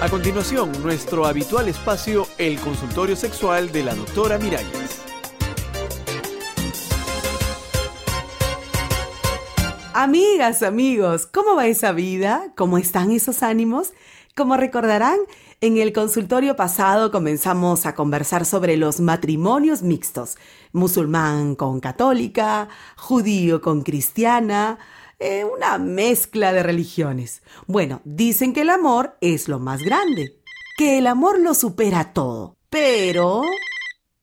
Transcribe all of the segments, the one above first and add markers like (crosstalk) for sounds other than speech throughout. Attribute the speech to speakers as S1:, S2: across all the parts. S1: A continuación, nuestro habitual espacio, el consultorio sexual de la doctora Miralles.
S2: Amigas, amigos, ¿cómo va esa vida? ¿Cómo están esos ánimos? Como recordarán, en el consultorio pasado comenzamos a conversar sobre los matrimonios mixtos, musulmán con católica, judío con cristiana, eh, una mezcla de religiones. Bueno, dicen que el amor es lo más grande, que el amor lo supera todo. Pero...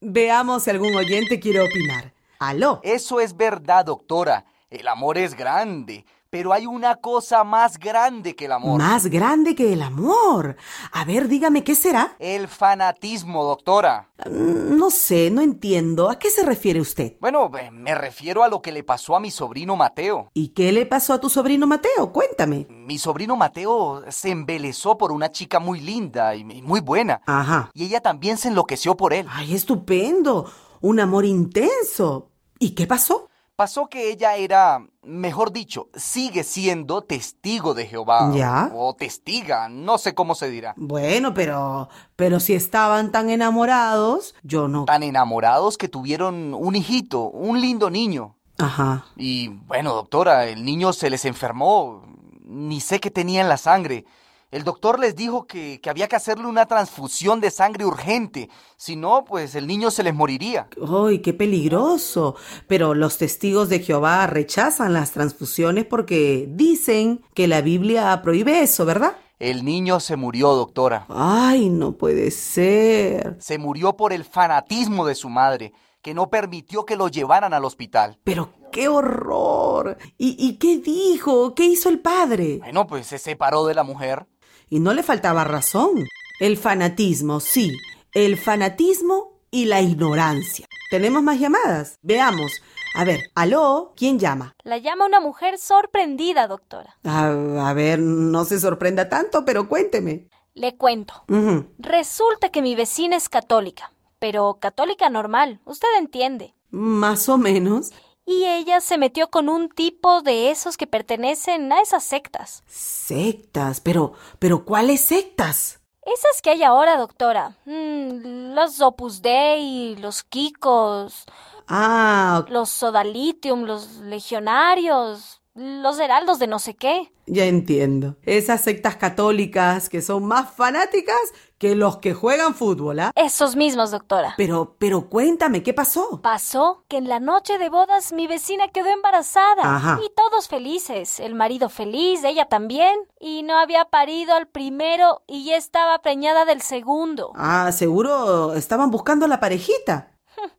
S2: Veamos si algún oyente quiere opinar. Aló.
S3: Eso es verdad, doctora. El amor es grande, pero hay una cosa más grande que el amor.
S2: Más grande que el amor. A ver, dígame, ¿qué será?
S3: El fanatismo, doctora.
S2: Mm, No sé, no entiendo. ¿A qué se refiere usted?
S3: Bueno, eh, me refiero a lo que le pasó a mi sobrino Mateo.
S2: ¿Y qué le pasó a tu sobrino Mateo? Cuéntame.
S3: Mi sobrino Mateo se embelezó por una chica muy linda y y muy buena,
S2: Ajá.
S3: y ella también se enloqueció por él.
S2: Ay, estupendo. Un amor intenso. ¿Y qué pasó?
S3: Pasó que ella era, mejor dicho, sigue siendo testigo de Jehová.
S2: Ya.
S3: O testiga, no sé cómo se dirá.
S2: Bueno, pero... Pero si estaban tan enamorados, yo no...
S3: Tan enamorados que tuvieron un hijito, un lindo niño.
S2: Ajá.
S3: Y bueno, doctora, el niño se les enfermó, ni sé qué tenía en la sangre. El doctor les dijo que, que había que hacerle una transfusión de sangre urgente, si no, pues el niño se les moriría.
S2: ¡Ay, qué peligroso! Pero los testigos de Jehová rechazan las transfusiones porque dicen que la Biblia prohíbe eso, ¿verdad?
S3: El niño se murió, doctora.
S2: ¡Ay, no puede ser!
S3: Se murió por el fanatismo de su madre, que no permitió que lo llevaran al hospital.
S2: ¡Pero qué horror! ¿Y, y qué dijo? ¿Qué hizo el padre?
S3: Bueno, pues se separó de la mujer.
S2: Y no le faltaba razón. El fanatismo, sí. El fanatismo y la ignorancia. ¿Tenemos más llamadas? Veamos. A ver, aló, ¿quién llama?
S4: La llama una mujer sorprendida, doctora.
S2: A, a ver, no se sorprenda tanto, pero cuénteme.
S4: Le cuento.
S2: Ujú.
S4: Resulta que mi vecina es católica, pero católica normal, usted entiende.
S2: Más o menos.
S4: Y ella se metió con un tipo de esos que pertenecen a esas sectas.
S2: Sectas, pero, pero ¿cuáles sectas?
S4: Esas que hay ahora, doctora. Mm, los Opus Dei, los Kikos,
S2: Ah,
S4: los Sodalitium, los Legionarios, los Heraldos de no sé qué.
S2: ya entiendo. Esas sectas católicas que son más fanáticas que los que juegan fútbol, ¿ah?
S4: Esos mismos, doctora.
S2: Pero, pero cuéntame, ¿qué pasó?
S4: Pasó que en la noche de bodas mi vecina quedó embarazada
S2: Ajá.
S4: y todos felices, el marido feliz, ella también, y no había parido al primero y ya estaba preñada del segundo.
S2: Ah, seguro estaban buscando a la parejita. (laughs)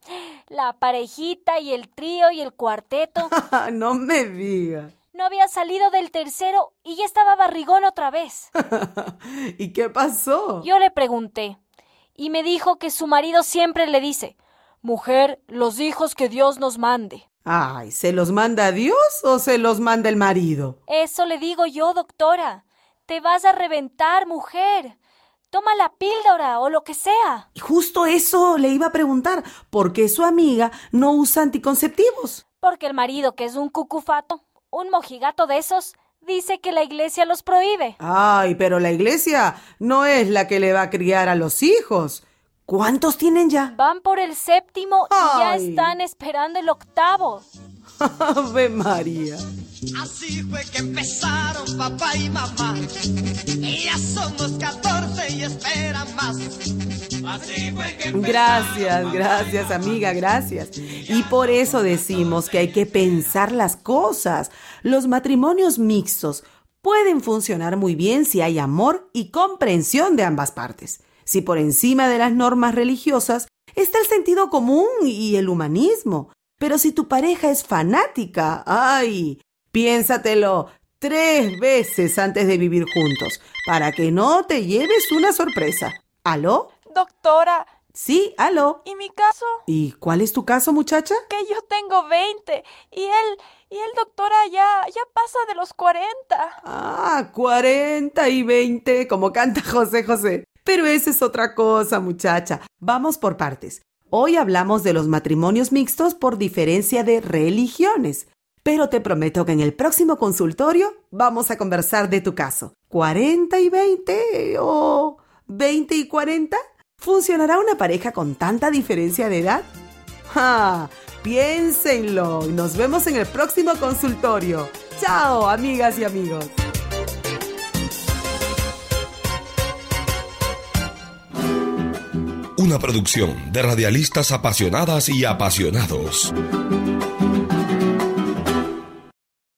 S4: La parejita y el trío y el cuarteto
S2: no me digas.
S4: no había salido del tercero y ya estaba barrigón otra vez.
S2: ¿Y qué pasó?
S4: Yo le pregunté y me dijo que su marido siempre le dice, mujer, los hijos que Dios nos mande.
S2: Ay, ¿se los manda a Dios o se los manda el marido?
S4: Eso le digo yo, doctora. Te vas a reventar, mujer. Toma la píldora o lo que sea.
S2: Y justo eso le iba a preguntar, ¿por qué su amiga no usa anticonceptivos?
S4: Porque el marido, que es un cucufato, un mojigato de esos, dice que la iglesia los prohíbe.
S2: Ay, pero la iglesia no es la que le va a criar a los hijos. ¿Cuántos tienen ya?
S4: Van por el séptimo y ya
S2: Ay.
S4: están esperando el octavo.
S2: Ave María.
S5: Así fue que empezaron papá y mamá. Y ya somos 14 y esperan más. Así fue que
S2: Gracias, gracias amiga, gracias. Y por eso decimos que hay que pensar las cosas. Los matrimonios mixtos pueden funcionar muy bien si hay amor y comprensión de ambas partes. Si por encima de las normas religiosas está el sentido común y el humanismo. Pero si tu pareja es fanática, ay, piénsatelo tres veces antes de vivir juntos para que no te lleves una sorpresa. ¿Aló?
S6: Doctora,
S2: Sí, aló.
S6: ¿y mi caso?
S2: ¿Y cuál es tu caso, muchacha?
S6: Que yo tengo 20 y él, y él, doctora, ya, ya pasa de los 40.
S2: Ah, 40 y 20, como canta (laughs) José José. Pero esa es otra cosa, muchacha. Vamos por partes. Hoy hablamos de los matrimonios mixtos por diferencia de religiones. Pero te prometo que en el próximo consultorio vamos a conversar de tu caso. 40 y 20 o 20 y 40? ¿Funcionará una pareja con tanta diferencia de edad? ¡Ja! Piénsenlo y nos vemos en el próximo consultorio. ¡Chao, amigas y amigos!
S7: Una producción de radialistas apasionadas y apasionados.